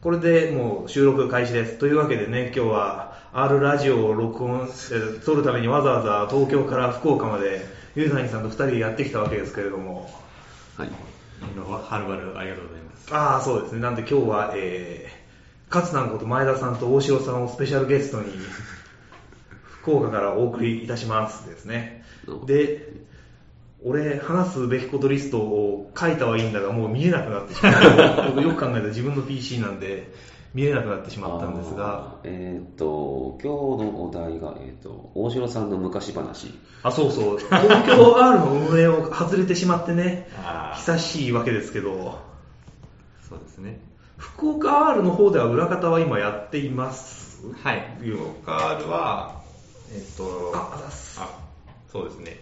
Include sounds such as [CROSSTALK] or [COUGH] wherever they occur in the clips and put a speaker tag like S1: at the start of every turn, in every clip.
S1: これでもう収録開始です。というわけでね、今日は R ラジオを録音、えー撮るためにわざわざ東京から福岡まで、ユーザニさんと2人でやってきたわけですけれども、
S2: はい。はるばるありがとうございます。
S1: ああ、そうですね。なんで今日は、えー、勝さんこと前田さんと大城さんをスペシャルゲストに、福岡からお送りいたしますですね。で、俺、話すべきことリストを書いたはいいんだが、もう見えなくなってしまった。僕よく考えたら自分の PC なんで、見えなくなってしまったんですが、
S3: あーえーっ、と、今日のお題が、えーっ、と、大城さんの昔話。
S1: あ、そうそう、東京 R の運営を外れてしまってね
S2: あ、ー
S1: 久しいわけですけど、
S2: そうですね。
S1: 福岡 R の方では裏方は今やっています。
S2: はい。ビューカールは、えっと、
S1: ああざっす
S2: あそうですね。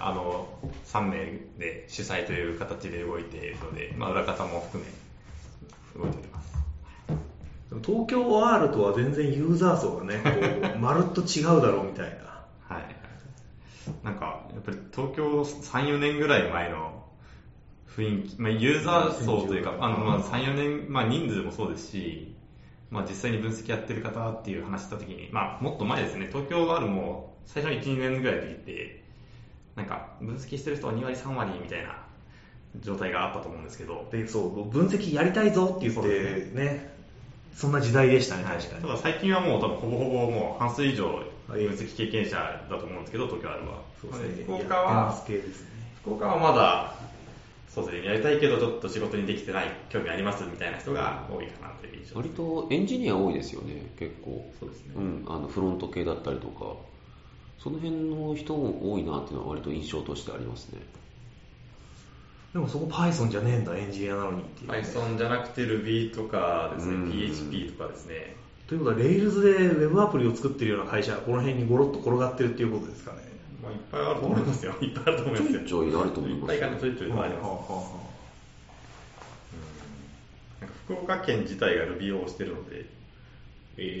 S2: あの、3名で主催という形で動いているので、まあ、裏方も含め、動いております。
S1: でも東京 R とは全然ユーザー層がね、こうまるっと違うだろうみたい [LAUGHS] な。
S2: はい。なんか、やっぱり東京3、4年ぐらい前の雰囲気、まあ、ユーザー層というか、あの、まあ、3、4年、まあ、人数もそうですし、まあ、実際に分析やってる方っていう話したときに、まあ、もっと前ですね、東京があるも、最初の1、2年ぐらいの時って、なんか、分析してる人は2割、3割みたいな状態があったと思うんですけど、
S1: で、そう、分析やりたいぞって言っ
S2: そうで
S1: てね、そんな時代でしたね、
S2: はい
S1: 確か
S2: た
S1: に。
S2: だ最近はもう多分ほぼほぼもう半数以上分
S1: はい
S2: 析経験者だと思うんですけど、東京あるは。
S1: そうですね。
S2: 福岡
S1: やって
S2: は
S1: ます、系ですね。
S2: 福岡はまだ、そうですね、やりたいけどちょっと仕事にできてない、興味ありますみたいな人が多いかなという印象
S3: 割とエンジニア多いですよね、結構。
S2: そうですね。
S3: うん、あのフロント系だったりとか、その辺の人も多いなっていうのは割と印象としてありますね。
S1: でもそこ Python じゃねえんだ、エンジニアなのにっていうね、
S2: Python じゃなくて Ruby とかです
S3: うん
S2: ね、PHP とかですね。
S1: ということは、Rails で Web アプリを作ってるような会社、この辺にゴロッと転がってるっていうことですかね。
S2: まあ、いっぱいあると思いますよ。いっぱいあると思いますよ。
S3: ちょいちょいあると思います
S2: っぱいかなちょいちょいあります。
S1: はあはあは
S2: なんか福岡県自体が Ruby を推してるの
S1: あ
S2: で、え
S1: え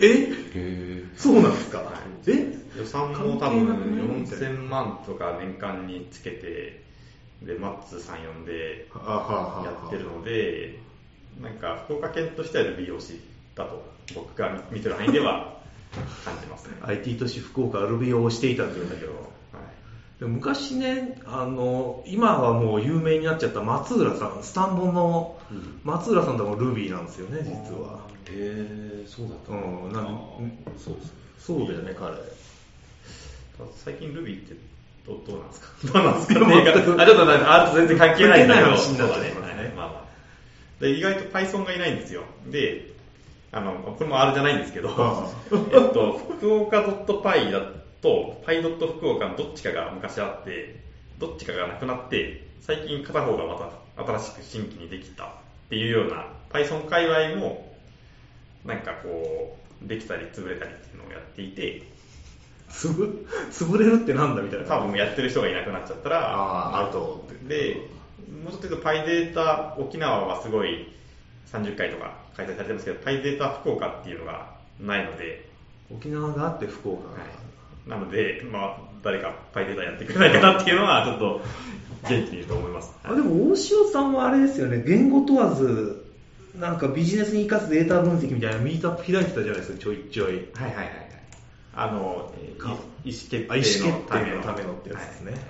S3: へ
S1: そうなんですか
S2: はい
S1: え
S2: 予算も多
S1: 関係なくない
S2: 分4000万とか年間につけて、で、マッツさん呼んで
S1: はあはあはあ
S2: やってるので、なんか福岡県としては Ruby 推しだと、僕が見てる範囲では感じますね。はい。
S1: IT 都市福岡 Ruby を推していたんだけど。で昔ね、あの、今はもう有名になっちゃった松浦さん、スタンボの
S3: うん
S1: 松浦さんとも Ruby なんですよね、実は。
S3: え、そうだっ
S1: うん、なん
S3: そうですね。
S1: そうだよね、彼。
S2: 最近 Ruby ってどどうなんですか [LAUGHS] どうなんですかっていうかあ、ちょっとなんか、あと全然関係ないんだけど、
S1: 関係ない話になっちゃって
S2: そう
S1: ま
S2: だ
S1: すね
S2: はいまあまあで、意外と Python がいないんですよ。で、あの、これも R じゃないんですけど、
S1: あ
S2: [LAUGHS] えっと、福岡 .py だと、py. 福岡のどっちかが昔あって、どっちかがなくなって、最近片方がまた新しく新規にできたっていうような、Python 界隈も、なんかこう、できたり潰れたりっていうのをやっていて、
S1: つぶ、 [LAUGHS] 潰れるってなんだみたいな。
S2: 多分やってる人がいなくなっちゃったら、
S1: あーアウト
S2: で、もうちょっと言うと、パイデータ沖縄はすごい30回とか開催されてますけど、パイデータ福岡っていうのがないので、
S1: 沖縄があって福岡が。
S2: はい、なので、まあ、誰かパイデータやってくれないかなっていうの
S1: [LAUGHS]
S2: は、ちょっと元気にと思います。
S1: あでも大塩さんはあれですよね、言語問わず、なんかビジネスに生かすデータ分析みたいなミートアップ開いてたじゃないですか、ちょいちょい。
S2: はいはいはいはい。あの、えー
S1: か
S2: い意思決定
S1: あ意思
S2: の
S1: 決
S2: ため
S1: 定
S2: の
S1: のためのってやつですね。
S2: はい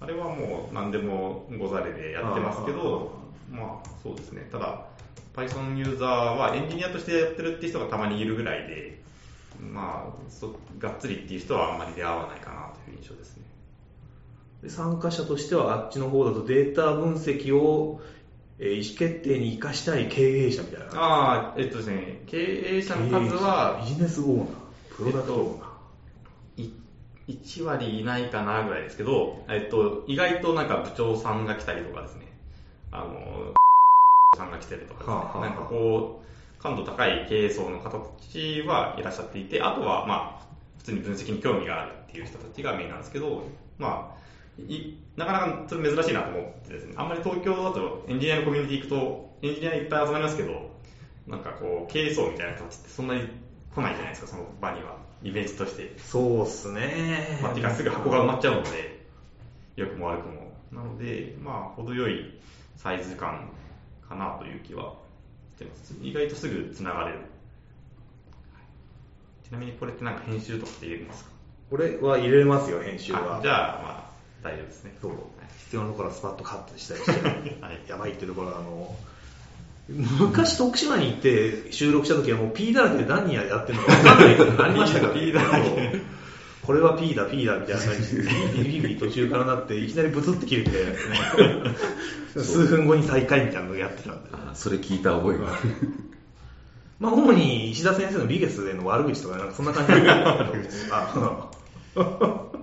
S2: あれはもう何でもござれでやってますけど、まあそうですね。ただ、Python ユーザーはエンジニアとしてやってるって人がたまにいるぐらいで、まあ、そがっつりっていう人はあんまり出会わないかなという印象ですね。
S1: で参加者としてはあっちの方だとデータ分析を、えー意思決定に生かしたい経営者みたいな。
S2: ああ、えっとですね、経営者の数は
S1: 経営者ビジネスオーナー、プロダクトオーナー。
S2: い1割いないかなぐらいですけど、えっと、意外となんか部長さんが来たりとかですね、あの、さんが来たりとかですね、
S1: はあはあ
S2: なんかこう、感度高い経営層の方たちはいらっしゃっていて、あとはまあ、普通に分析に興味があるっていう人たちがメインなんですけど、まあ、いなかなかそれ珍しいなと思ってですね、あんまり東京だとエンジニアのコミュニティ行くと、エンジニアいっぱい集まりますけど、なんかこう、経営層みたいな人たちってそんなに来ないじゃないですか、その場には。イメージとして。
S1: そうっすね。
S2: まあ、てかすぐ箱が埋まっちゃうので、良くも悪くも。なので、まあ、程よいサイズ感かなという気はしってます。意外とすぐ繋がれる。ちなみにこれってなんか編集とかって入れますか
S1: これは入れますよ、編集は
S2: あ。じゃあ、まあ、大丈夫ですね。
S1: そう
S2: はい。
S1: 必要なところはスパッとカットしたり [LAUGHS] して、
S2: はい
S1: やばいっていうところは、あの、昔徳島に行って収録した時はもう P だらけで何やってるのか分かんないことになりました
S2: [LAUGHS]
S1: から、
S2: P だらけ
S1: そう [LAUGHS] これは P だ、P だみたいな感じで、ビリビリビリ途中からなって、いきなりブツって切れて、
S2: [LAUGHS]
S1: 数分後に再開みたいなのをやってたんで。
S3: あそれ聞いた覚えがある。
S1: まあ、主に石田先生のビゲスへの悪口とか、なんかそんな感じだったんです
S2: [LAUGHS]
S1: が
S2: あと、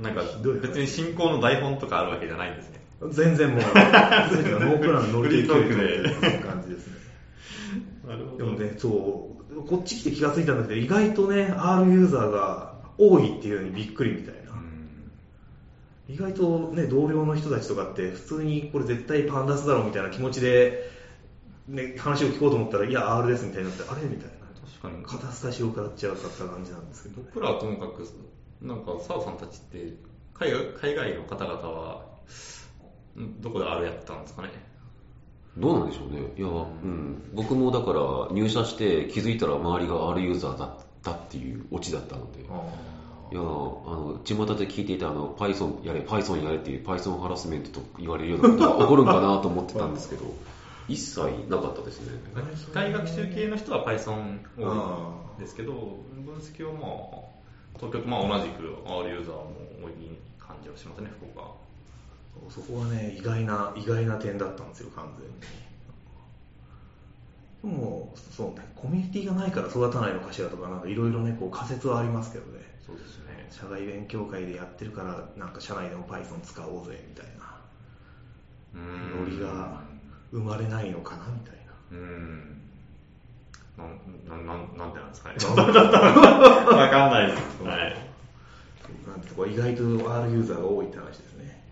S2: なんか
S1: どういう、
S2: 別に進行の台本とかあるわけじゃないんですね。
S1: 全然もう、全てがノープランノリで行
S2: フリートークで
S1: そういう感じですね。
S2: なるほ
S1: でもね、そう、こっち来て気がついたんだけど、意外とね、R ユーザーが多いっていうのにびっくりみたいな。意外とね、同僚の人たちとかって、普通にこれ絶対パンダスだろうみたいな気持ちで、ね、話を聞こうと思ったら、いや、R ですみたいになって、あれみたいな。
S2: 確かに
S1: 片透かしを食らっちゃうかった感じなんですけど。
S2: 僕らはともかく、なんか、澤さんたちって海外、海外の方々は、んどこであれやってたんですかね。
S3: どうなんでしょうね。いや、うん。僕もだから入社して気づいたら周りが R ユーザーだったっていうオチだったので。いや、あの、巷で聞いていたあの、Python やれ、Python やれっていう Python ハラスメントと言われるようなことが起こるんかなと思ってたんですけど、一切なかったですね。
S2: 機械学習系の人は Python
S1: あ
S2: 多いですけど、分析はまあ、東京とまあ同じく R ユーザーも多い感じはしますね、福岡。
S1: そこはね、意外な、意外な点だったんですよ、完全に。でも、そうね、コミュニティがないから育たないのかしらとか、なんかいろいろね、こう仮説はありますけどね。
S2: そうですね。
S1: 社外勉強会でやってるから、なんか社内でも Python 使おうぜ、みたいな。
S2: う
S1: ノリが生まれないのかな、みたいな。
S2: うん。なん、なん、なんなんでなんですかね。 [LAUGHS] わかんないです。はい。
S1: なんてとこ意外と R ユーザーが多いって話ですね。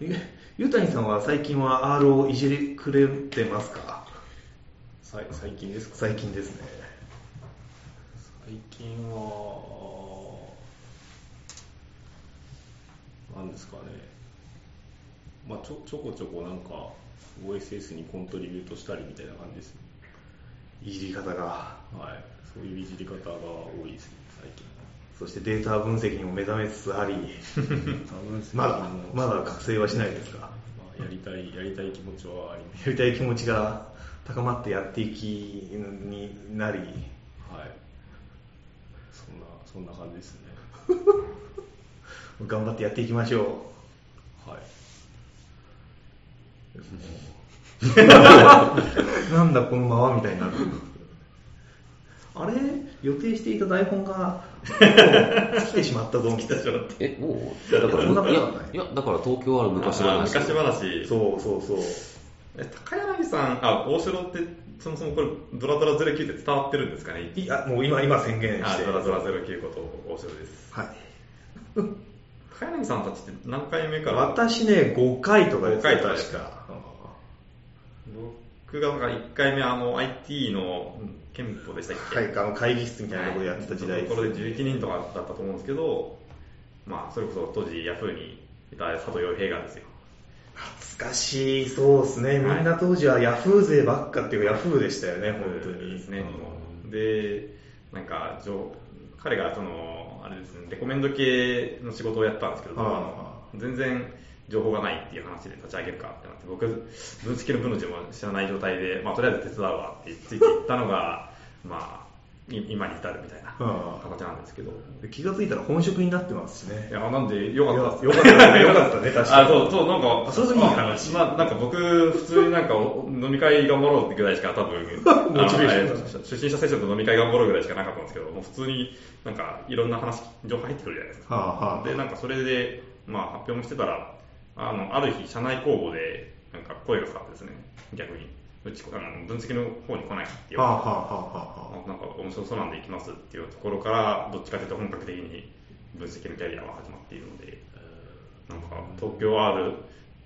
S1: えゆたにさんは最近は R をいじりくれてますか
S4: 最最近ですか
S1: 最近ですね。
S4: 最近は、なんですかね、まあ、ちょちょこちょこなんか、OSS にコントリビュートしたりみたいな感じですね。
S1: いじり方が。
S4: はい、そういういじり方が多いですね、最近。
S1: そしてデータ分析にも目覚めつつあ
S2: [LAUGHS]
S1: り、まだ、まだ覚醒はしないですか
S4: まあ、やりたい、やりたい気持ちはあります。
S1: やりたい気持ちが高まってやっていきになり、
S4: はい。そんな、そんな感じですね。
S1: 頑張ってやっていきましょ
S4: はい。
S1: う。なんだこのままみたいになる。あれ予定していた台本
S2: [LAUGHS]
S1: が、来てしまったぞ、みたいな。
S3: え、もう、だから、
S1: そんなこと
S3: い
S1: は
S3: や
S1: ない、
S3: いや、だから東京ある昔話。
S2: あ昔話。
S1: そうそうそう。
S2: え高柳さん、あ、大城って、そもそもこれ、ドラドラ09って伝わってるんですかね
S1: いや、もう今、今宣言し
S2: あ、
S1: て。
S2: ドラドラ09こと大城です。
S1: はい。
S2: 高柳さんたちって何回目から
S1: 私ね、5回とかですよ
S2: 5回とかで
S1: 確
S2: す
S1: か。
S2: 僕がなんか1回目、あの、IT の憲法でしたっけ
S1: はい、あの会議室みたいなところでやってた時代
S2: ところで11人とかだったと思うんですけど、まあ、それこそ当時ヤフーにいた佐藤洋平がですよ。
S1: 懐かしい、そうですね。みんな当時はヤフー勢ばっかっていうか、ヤフーでしたよね、本当に。
S2: ですね。で、なんか、情彼がその、あれですね、レコメンド系の仕事をやったんですけど、
S1: あ
S2: 全然情報がないっていう話で立ち上げるかってなって、僕、分析の部の字も知らない状態で、まあ、とりあえず手伝うわってついていったのが、まあ、い今に至るみたいな
S1: ああ
S2: 形なんですけど、い
S1: で気がついたら本職になってますしね。
S2: や、なんで、よかったです
S1: よかったね、 [LAUGHS] よかったね、確か
S2: あ、
S1: に。
S2: そう、そう、なんか、
S1: それでもいい話
S2: あまあ、なんか僕、普通になんか、お飲み会頑張ろうってぐらいしか、多
S1: [LAUGHS]
S2: 分、
S1: モチベーション
S2: あのあれ初心者セッションと飲み会頑張ろうぐらいしかなかったんですけど、もう普通になんか、いろんな話、情報入ってくるじゃないですか。
S1: はあはあ
S2: で、なんかそれで、まあ、発表もしてたら、あの、ある日、社内公募で、なんか声がかかってですね、逆に、うち、あの、分析の方に来ないって言
S1: はあ
S2: われて
S1: はあはあはあ
S2: あなんか面白そうなんで行きますっていうところから、どっちかというと本格的に分析のキャリアは始まっているので、なんか東京 R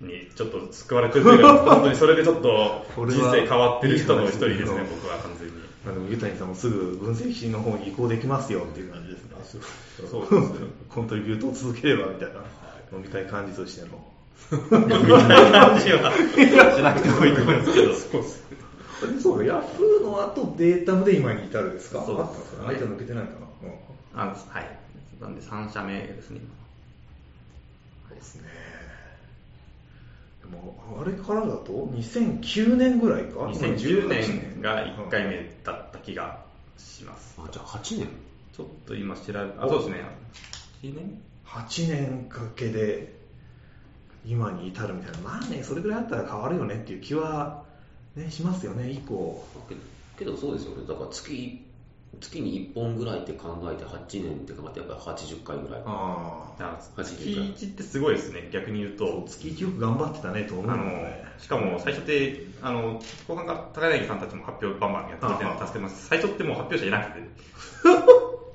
S2: にちょっと救われてると
S1: [LAUGHS]
S2: いうか、本当にそれでちょっと
S1: こ
S2: 人
S1: れは
S2: 生変わってる人の一人で
S1: いい
S2: す
S1: 話
S2: ね
S1: です、ね
S2: 僕は完全に。
S1: まあでも、ゆたにさんもすぐ分析士の方に移行できますよっていう感じですね。
S2: そうです
S1: [LAUGHS]
S2: ね。
S1: コントリビュートを続ければみたいな、飲み会幹事としての。
S2: みたいな話はしなくてもいいと思うんですけど。
S1: えそうヤフーの後データムで今に至るですか
S2: そう
S1: あ
S2: です
S1: ったんですかね相手抜けてないかな、う
S2: あのはい。なんで3社目ですね、
S1: ん、ですねでもあれからだと2009年ぐらいか
S2: 今。
S1: 18
S2: 2010年が1回目だった気がします。
S3: あ、じゃあ8年
S2: ちょっと今調べ、あ、そうですね。1年
S1: 8年かけで今に至るみたいなまあねそれぐらいあったら変わるよねっていう気は、ね、しますよね以降
S3: けどけどそうですよね。だから月、月に1本ぐらいって考えて8年って考えてやっぱり80回ぐらい。
S1: ああ
S2: あ
S3: 80
S2: 月1ってすごいですね、逆に言うと。
S1: 月一よく頑張ってたねと思う
S2: あ
S1: の
S2: の
S1: ね
S2: しかも最初って、あの後半が高柳さんたちも発表バンバンやってくれてるの助けます最初ってもう発表者いな
S1: [LAUGHS]
S2: くて、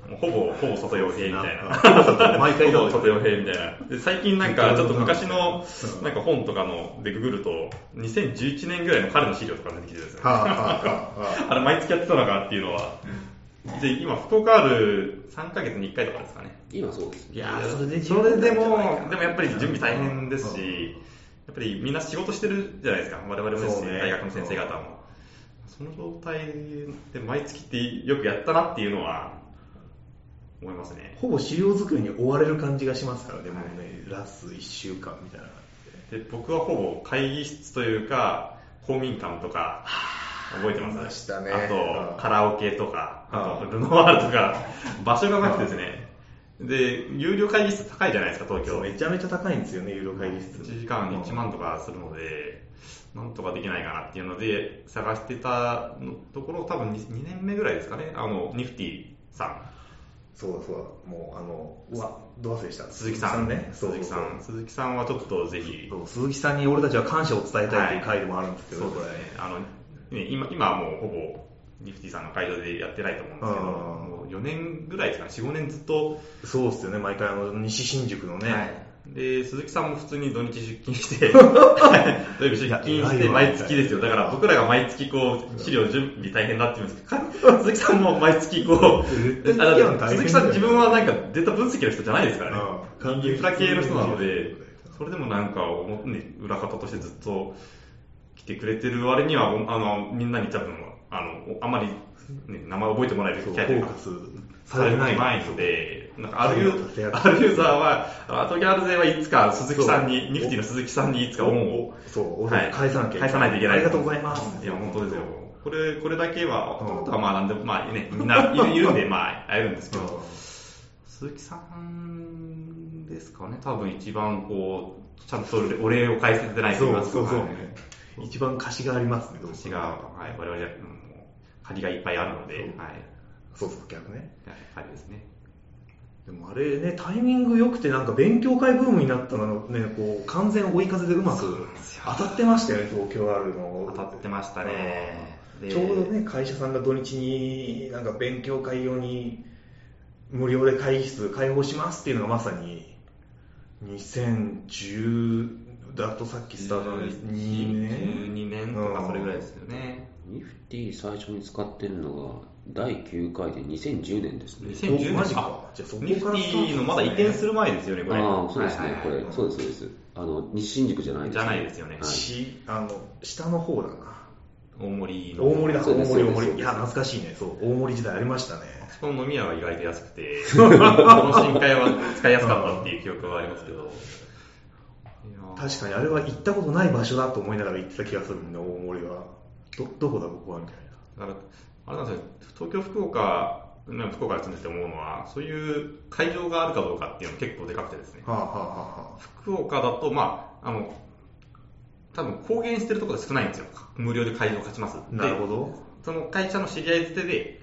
S2: もうほぼ、ほぼ外洋平みたいな、
S1: 毎回
S2: ほ
S1: ど
S2: ぼ
S1: う
S2: 外洋平みたいな、で最近なんか、ちょっと昔のなんか本とかのでググると、2011年ぐらいの彼の資料とか出てきてですね、
S1: はあはあはあは
S2: あれ、毎月やってたのかっていうのは、で今、福岡ある3ヶ月に1回とかですかね。
S3: 今そうです
S1: あ
S3: ね。
S1: いやーそれで
S2: それで
S1: 十分じゃない
S2: も
S1: かな、
S2: でもやっぱり準備大変ですし、やっぱりみんな仕事してるじゃないですか、我々もですし、
S1: そうね
S2: 大学の先生方も。その状態で毎月ってよくやったなっていうのは、思いますね。
S1: ほぼ資料作りに追われる感じがしますからね、もうね、ラス1週間みたいな。
S2: で、僕はほぼ会議室というか、公民館とか、覚えてます
S1: ありましたね
S2: あ
S1: うん
S2: と、カラオケとか、あ
S1: うん
S2: と、ルノワールとか、場所がなくてですね。で、有料会議室高いじゃないですか、東京。
S1: めちゃめちゃ高いんですよね、有料会議室。
S2: 1時間1万とかするので、なんとかできないかなっていうので、探してたのところ、多分 2, 2年目ぐらいですかね、あの、ニフティさん、
S1: そうだそうだ、もうあの、うわ、どう忘れした。
S2: 鈴木さん
S1: ね
S2: ね、、
S1: そう
S2: 鈴
S1: そうそ
S2: 木さん、
S1: う
S2: 鈴木さんはちょっとぜひ、
S1: そう鈴木さんに俺たちは感謝を伝えたいという回でもあるんですけど、
S2: そうですね、あの、ね今今はもうほぼ、ニフティさんの会場でやってないと思うんです
S1: あ
S2: けど、
S1: ー
S2: もう4年ぐらいですかね、4、5年ずっと、
S1: れ。そうっすよね、毎回あの、西新宿のね、
S2: はい、で鈴木さんも普通に土日出
S1: [LAUGHS]
S2: 勤して、はい土曜日出
S1: い
S2: 勤
S1: や偉
S2: し
S1: い
S2: て、
S1: わ
S2: 毎月ですよ、だから僕らが毎月こう資料準備大変だって言うんですけど、鈴木さんも毎月こう、
S1: 絶対付き合うの大変だよ
S2: あ鈴木さん、自分はなんかデータ分析の人じゃないですからね
S1: うん完全、に
S2: インフラ系の人なので
S1: うん、
S2: それでもなんか、ね、裏方としてずっと来てくれてる割には、あのみんなに多分あのあまり、ね、名前覚えてもらえる
S1: そ
S2: 機
S1: うフ
S2: 会という
S1: ォ
S2: か
S1: ーカス
S2: さ
S1: され
S2: れてな
S1: ない。
S2: いので、なんかあるユ
S1: そういう
S2: ー
S1: こと
S2: あるユーザーは、あ東京アルゼはいつか鈴木さんに、ニフティの鈴木さんにいつか恩を
S1: そう、
S2: はい
S1: 返さなきゃ
S2: 返さないといけない。
S1: ありがとうございます。
S2: いや、本当ですよ。これ、これだけは、
S1: うん
S2: あとはまあ、なんでも、まあね、みんないるいるん
S1: [LAUGHS]
S2: で、まあ、会えるんですけ
S1: うん。
S2: ど、鈴木さんですかね、多分一番こう、ちゃんとお礼を返せてないと
S1: そ
S2: 言いうますか
S1: そうそう
S2: はい。
S1: 一番貸しがありますね、どうぞ
S2: 私が、はい、我々は、うんもう、借りがいっぱいあるので、はい。
S1: そうそう、逆ね。
S2: はい、ですね。
S1: でもあれね、タイミング良くてなんか勉強会ブームになったのね、こう完全追い風でうまく
S2: すよ
S1: 当たってましたよね、東京あるの。
S2: 当たってましたね
S1: うん
S2: で
S1: ちょうどね、会社さんが土日になんか勉強会用に無料で会議室開放しますっていうのがまさに2010だとさっきスタートで2年
S2: 12年とかそれぐらいですよね。
S3: ニフティ最初に使ってるのが第9回で2010年ですね。
S2: 2010年
S1: おマジか
S2: あ
S1: じゃあそこから
S2: ニ
S1: スタート
S2: フティのまだ移転する前ですよね、これ。
S3: ああ、そうですね、
S2: はいはい
S3: これ。そうです、そうです。あの、西新宿じゃないですね
S2: じゃないですよね
S3: はい
S1: し、あの、下の方だな。
S2: 大森の。
S1: 大森だ、
S3: そ
S1: 大
S3: うです
S1: 森、大
S3: そうです
S1: 森。いや、懐かしいね。そう、大森時代ありましたね。
S2: そこの飲み屋は意外と安くて、この深海は使いやすかったっていう記憶はありますけど。
S1: 確かにあれは行ったことない場所だと思いながら行ってた気がするもんね、大森は。ど、どこだ、ここはみたいな。
S2: だから、あれなんですよ、東京、福岡、ね福岡に住んでて思うのは、そういう会場があるかどうかっていうのが結構でかくてですね。
S1: はあ、はあは
S2: 福岡だと、まあ、あの、多分公言してるところが少ないんですよ。無料で会場貸します。
S1: あはあ、なるほ
S2: ど。
S1: ど。
S2: その会社の知り合い捨てで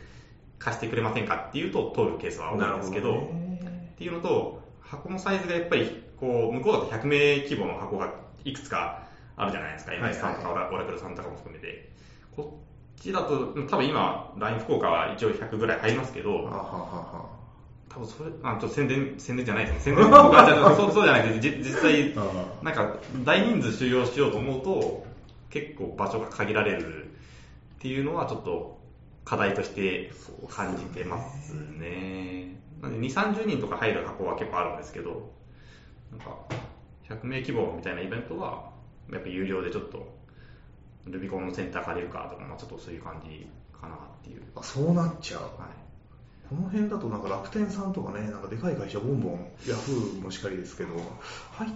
S2: 貸してくれませんかっていうと通るケースは多いんですけど、
S1: ね
S2: っていうのと、箱のサイズがやっぱり、こう、向こうだと100名規模の箱がいくつかあるじゃないですか。
S1: はいはい
S2: MS さんとかオラクルさんとかも含めて。こっちだと、多分今、LINE 福岡は一応100ぐらい入りますけ
S1: はあ、
S2: ど、
S1: はあは
S2: 多分それ、あ、ちょっと宣伝、宣伝じゃないですね。宣伝とか、じゃあそうそうじゃなくて、じ実際、
S1: あはあ。
S2: なんか、大人数収容しようと思うと、結構場所が限られるっていうのは、ちょっと課題として感じてますね。なんで、2、30人とか入る箱は結構あるんですけど、なんか、100名規模みたいなイベントは、やっぱ有料でちょっと、ルビコンのセンター借りるかとか、まあ、ちょっとそういう感じかなっていう。
S1: あそうなっちゃう。
S2: はい。
S1: この辺だとなんか楽天さんとかね、なんかでかい会社ボンボン、ヤフーもしかりですけど、入っ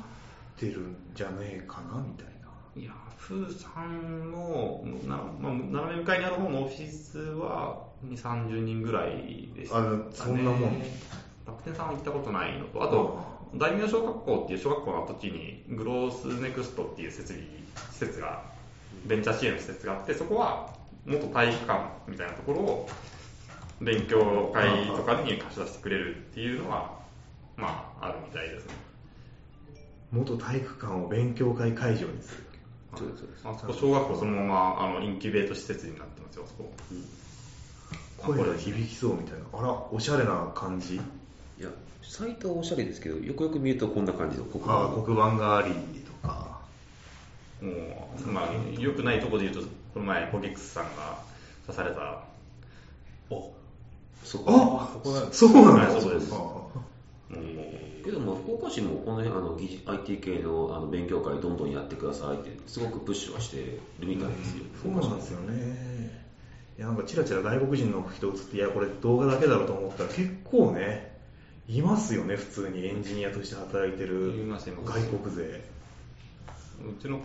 S1: てるんじゃねえかなみたいな。
S2: ヤフーさんの、なまあ、斜め向かいにある方のオフィスは、2、30人ぐらいでした、
S1: あそんなもん。
S2: 楽天さんは行ったことないのと、あと、大名小学校っていう小学校の跡地に、グロースネクストっていう設備、施設が、ベンチャー支援の施設があって、そこは、元体育館みたいなところを、勉強会とかに貸し出してくれるっていうのは、まあ、あるみたいですね。
S1: 元体育館を勉強会会場にする。
S3: そうですそうです
S2: あそこ小学校そのままあのインキュベート施設になってますよ、あそこ。
S1: 声が響きそうみたいな。あら、おしゃれな感じ。
S3: いや、サイトはおしゃれですけど、よくよく見るとこんな感じのここ
S1: あー黒板がありとか。
S2: もう、まあ、良くないとこで言うと、この前、ポケックスさんが刺された、
S3: そこ。
S1: あそうなん
S2: は
S1: だ。
S2: いそうです
S1: あ
S2: もう、
S3: けど、まあ、福岡市もこの辺、あの、技術 IT 系のあの勉強会どんどんやってくださいって、すごくプッシュはしてるみたいですよ。
S1: そうなんですよね。いや、なんかチラチラ外国人の人映って、いや、これ動画だけだろうと思ったら結構ね、いますよね、普通にエンジニアとして働いて
S2: い
S1: る
S2: ますいます
S1: 外国勢。
S2: うちの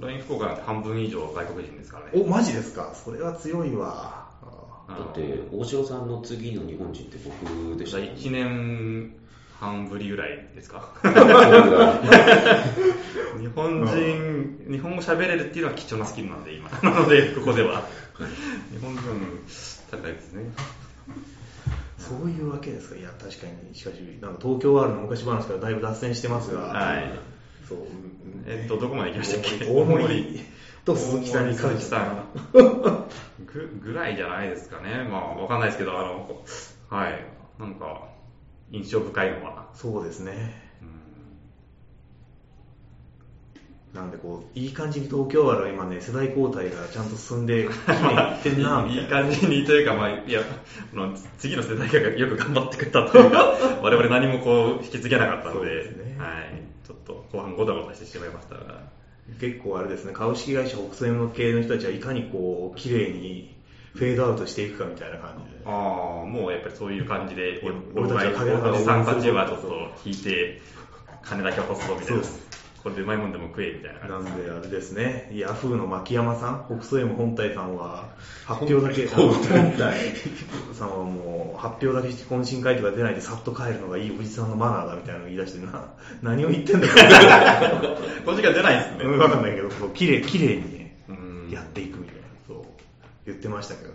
S2: LINE 福岡なんて半分以上外国人ですからね。
S1: お、マジですかそれは強いわ。あ
S2: あ
S3: だ
S2: の
S3: って、大城さんの次の日本人って僕でしたね。
S2: 1年半ぶりぐらいですか。
S3: [LAUGHS]
S2: 日本人、日本語喋れるっていうのは貴重なスキルなんで、今。
S3: [LAUGHS]
S2: なので、ここでは。日本人、高いですね。
S1: そういうわけですか。いや、確かに、しかし、なんか東京あるの昔話からだいぶ脱線してますが、
S2: はい。
S1: そう。
S2: えっと、どこまで行きましたっけ
S1: 大森大森と鈴木さんに
S2: 鈴木さん。ぐ、ぐらいじゃないですかね。まあ、わかんないですけど、あの、はい。なんか、印象深いのは。
S1: そうですね。
S2: うん
S1: なんでこう、いい感じに東京は今ね、世代交代がちゃんと進んで、きれいにいってん [LAUGHS] な、み
S2: い
S1: たい
S2: い
S1: な。
S2: 感じにというか、まあ、いや、あの次の世代がよく頑張ってくれたとい
S1: [LAUGHS]
S2: うか、我々何もこう、引き継げなかったので、
S1: そうですね
S2: はい。ちょっと後半ごたごたしてしまいましたが、
S1: 結構あれですね、株式会社北西の系の人たちはいかにこう、綺麗にフェードアウトしていくかみたいな感じで。
S2: ああ、もうやっぱりそういう感じで、
S1: 俺たちは金なんか
S2: おじさんたちはちょっと引いて、金だけ落とすぞみたい
S1: そう
S2: な
S1: で。
S2: これでうまいもんでも食えみたいな
S1: な
S2: 感
S1: ん
S2: じ。
S1: であれですね、ヤフーの牧山さん、北総 M 本体さんは、発表だけ、本体さんはもう、発表だけして懇親会とか出ないでさっと帰るのがいいおじさんのマナーだみたいなの言い出してな、何を言ってんだ [LAUGHS] か、
S2: こっちが出ないですね。
S1: うんわかんないけど、そう綺麗、綺麗にね、
S2: うん
S1: やっていくみたいなことを言ってましたけどね。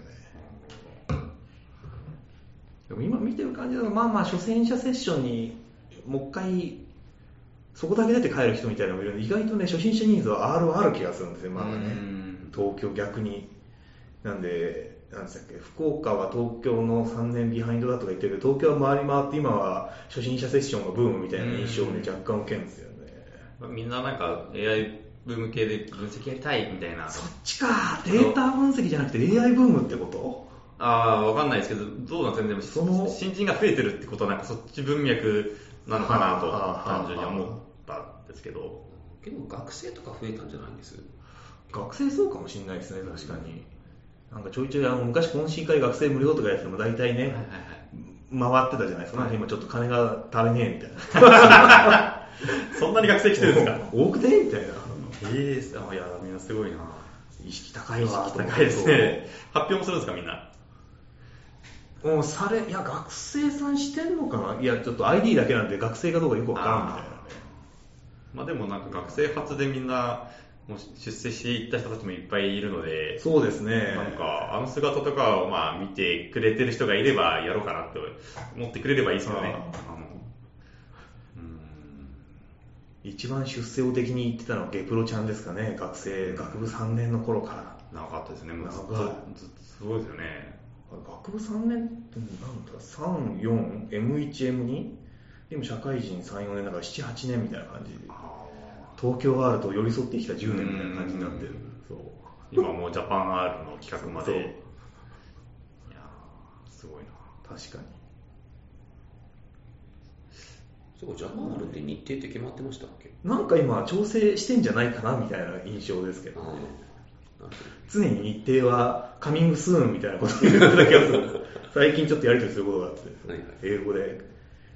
S1: でも今見てる感じだと、まあまあ、初戦者セッションにもう一回、そこだけ出て帰る人みたいなのもいるんで、意外とね、初心者ニーズは R はある気がするんですよ、まだ
S2: う
S1: ね。
S2: ん
S1: 東京逆に。なんで、なんでしたっけ、福岡は東京の3年ビハインドだとか言ってるけど、東京は回り回って今は初心者セッションがブームみたいな印象をね、
S2: うん
S1: 若干受けるんですよね。
S2: みんななんか AI ブーム系で分析やりたいみたいな。
S1: そっちか、データ分析じゃなくて AI ブームってこと
S2: ああ、わかんないですけど、どうなんですかね。でも
S1: その
S2: 新人が増えてるってことはなんかそっち文脈なのかな
S1: はあはあ
S2: と
S1: はあ
S2: 単純に思ったんですけど。
S3: 結構学生とか増えたんじゃないんです。
S1: 学生そうかもしれないですね、確かに。なんかちょいちょい、あの昔懇親会学生無料とかやっても大体ね、回ってたじゃないですか。なんか今ちょっと金が足りねえみた
S2: [LAUGHS]
S1: い
S2: そんなに学生来てるんです
S1: な [LAUGHS]
S2: か。
S1: 多くねみたいな。
S2: ええあいや、みんなすごいな。
S1: 意識高いわ、
S2: 高いですね。発表もするんですか、みんな。
S1: と思って。もうされ、いや、学生さんしてんのかないや、ちょっと ID だけなんで学生かどうかよくわからんみたいなね。
S2: まあでもなんか学生発でみんな、もう出世していった人たちもいっぱいいるので、
S1: そうですね。
S2: なんか、あの姿とかをまあ見てくれてる人がいればやろうかなって思ってくれればいいですよね。
S1: あ
S2: あのうん
S1: 一番出世を的に言ってたのはゲプロちゃんですかね。学生、学部3年の頃から。
S2: 長かったですね。もうずっ
S1: 長い
S2: と、ずっとすごいですよね。
S1: 学部3年ってなんだ3、4、M1、M2? でも社会人3、4年だから7、8年みたいな感じで。東京 R と寄り添ってきた10年みたいな感じになってる
S2: うんうんうん。
S1: そう。
S2: 今もうジャパン R の企画まで。
S1: そう
S2: いやーすごいな。
S1: 確かに。
S3: そう、ジャパンあるって日程って決まってましたっけ
S1: なんか今、調整してんじゃないかなみたいな印象ですけどね。
S3: なるほど
S1: 常に日程はカミングスーンみたいなことを言ってた気がする。
S2: [LAUGHS]
S1: 最近ちょっとやりとりすることがあって、
S3: はいはい
S1: 英語で。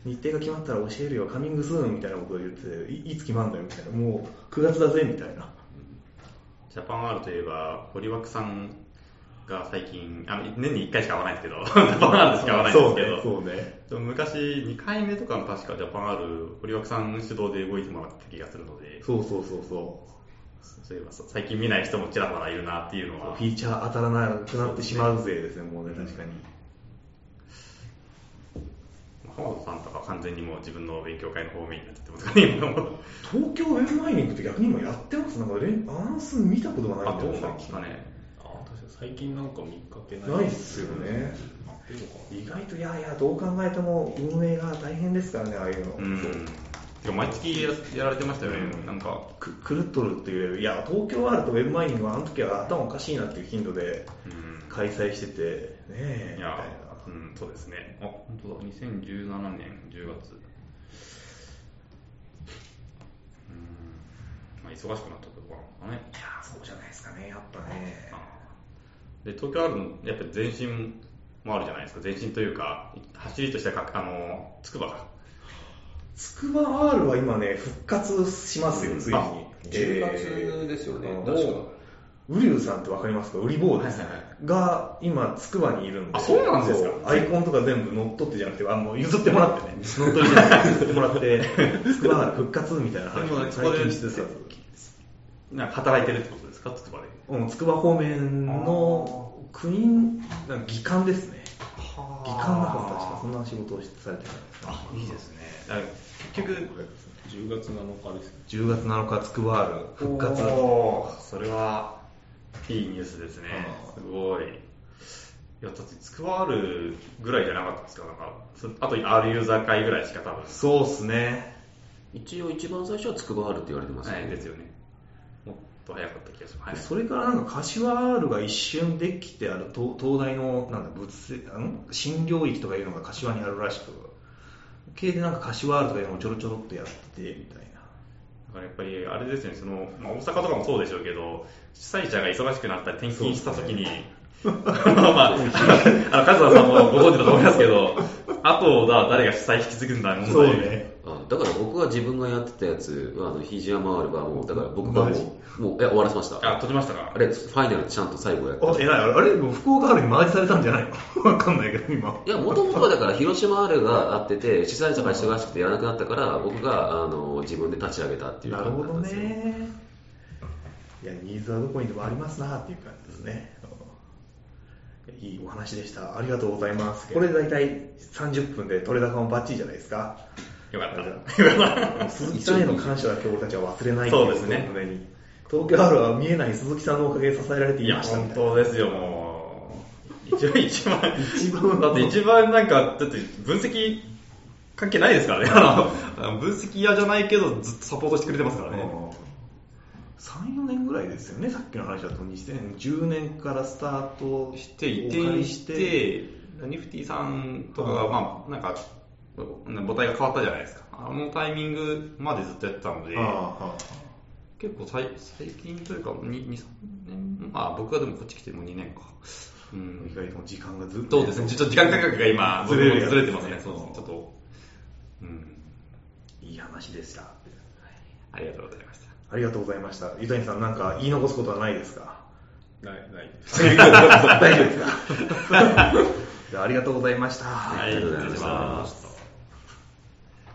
S1: 日程が決まったら教えるよ、カミングスーンみたいなことを言ってて、いいつ決まるんだよみたいな、もう9月だぜみたいな。
S2: ジャパンワールドといえば、堀脇さんが最近、あの年に1回しか会わないんです [LAUGHS] けど、ジャパンワールドしか会わないんですけど、
S1: そうね、そうね。
S2: でも昔2回目とかの確かジャパン R 堀脇さん主導で動いてもらった気がするので
S1: そうそうそうそう。
S2: そういえばそう最近見ない人もちらほらいるなっていうのは
S1: フィーチャー当たらなくなってしまうぜですね、もうね、確かに。
S2: 浜田さんとか完全にもう自分の勉強会の方面になっちゃってますからね今も
S1: 東京ウェブマイニングって逆に今やってますなんかレンアナウンス見たことがない
S2: あ
S1: んだ
S2: ど
S1: よ
S2: う
S1: ね
S2: なんですかね
S4: あ確かに最近なんか見かけない
S1: ないっすよね。
S4: いいのか
S1: 意外と、いやいや、どう考えても運営が大変ですからね、ああいうの。
S2: うんてか毎月ややられてましたよね、なんか
S1: く狂っとるっていうよりいや、東京あるとウェブマイニングはあの時は頭おかしいなっていう頻度で
S2: うん
S1: 開催してて、ねえ、みた
S2: い
S1: いな
S2: や。うんそうですねあ本当だ2017年10月うんまあ忙しくなったところなのかね
S1: いや、そうじゃないですかね、やっぱね。
S2: で東京あるのやっぱり前身もあるじゃないですか前身というか走りとしたかあのつくばか
S1: つくば R は今ね、復活しますよ、ついに
S2: あ。
S3: 10
S1: えー
S3: 月ですよね、
S1: うん
S3: 確
S1: も
S3: か
S1: う。ウリュウさんってわかりますかウリボーですね
S2: はいはいは。
S1: が、今、つくばにいるんで。
S2: あそうなんですか
S1: そうアイコンとか全部乗っ取ってじゃなくて、あもう譲ってもらってね。乗っ取りじゃなくて、 [LAUGHS] 譲ってもらって、つくば R 復活みたいな話
S2: でもね
S1: を
S2: そこ
S1: 最
S2: で
S1: 近してた。
S2: なんか働いてるってことですかつくばで
S1: うん、つくば方面のクイーン、なんか議官ですね。
S2: は
S1: 議官だはず確か、そんな仕事をされてたんですね。
S2: あいいですねだから結局
S4: 10月7日ですね
S1: 10月7日、つくば R 復活。
S2: おーそれはいいニュースですね
S1: あ
S2: すごいいやだってつくばあるぐらいじゃなかったですかなんかそあと R ユーザー会ぐらいしか多分
S1: そうっすね。
S3: 一応一番最初はつくばあるって言われてますよ
S2: な
S3: ね。
S2: いですよねもっと早かった気がします、はい
S1: それからなんか柏 R が一瞬できてある東東大のなんだ物性ん新領域とかいうのが柏にあるらしく系でなんか柏 R とかいうのをちょろちょろっとやっててみたいな
S2: だからやっぱりあれですよね、そのまあ、大阪とかもそうでしょうけど、主催者が忙しくなったり転勤したとき [LAUGHS] に、まあ、あの勝田さんもご存知だと思いますけど、あとだ、誰が主催引き継ぐんだ、問題
S3: あだから僕は自分がやってたやつ、あの、ひじやまーるはもう、だから僕が
S1: マジ
S3: もう、もう、え、終わらせました。
S2: あ、閉じましたか
S3: あれ、ファイナルちゃんと最後やって。
S1: あえらいあれあ [LAUGHS] れもう福岡 R にマージされたんじゃないの [LAUGHS] わかんないけど今
S3: いや、もともとはだから、広島 R があってて、主催者が忙しくてやらなくなったから、僕が、あの、自分で立ち上げたっていう
S1: なる
S3: 感
S1: ほ
S3: じな
S1: ど
S3: んですよ。
S1: ねいやニーズはどこにでもありますなっていう感じですねうんいいお話でしたありがとうございますこれで大体30分で取れ高もバッチリじゃないですか [LAUGHS]
S2: よかった。
S1: 鈴木さんへの感謝だけ俺たちは忘れない
S2: そうですね
S1: 胸に東京あるは見えない鈴木さんのおかげで支えられて
S2: い
S1: い
S2: や、
S1: ましたみ
S2: 本
S1: たいな
S2: 当ですよ、もう。一応一番、
S1: 一番
S2: だって一番なんか、だって分析関係ないですからね、あの、分析屋じゃないけど、ずっとサポートしてくれてますからね。
S1: 34年ぐらいですよねさっきの話だと2010年からスタート
S2: して移
S1: お借
S2: 転
S1: り
S2: し
S1: して
S2: て、ニフティさんとかが、まあ、なんか、母体が変わったじゃないですか。あのタイミングまでずっとやってたので、
S1: あ
S2: 結構最最近というか、2、3年まあ、僕がでもこっち来てもう2年か。う
S1: あ意
S2: ん。
S1: 外と時間がずっと
S2: そうですね。ちょっと時間感覚が今、
S1: ずれるやつ
S2: ずれてますね。
S1: そ
S2: そううそう。ちょっと、うん。
S1: いい話でした
S2: ありがとうございました。
S1: ありがとうございましたゆたにさんなんか言い残すことはないですか
S4: ないない
S1: [LAUGHS] 大丈夫ですか [LAUGHS] じゃあありがとうございました、
S2: はい
S3: ありがとうございました
S2: 失礼します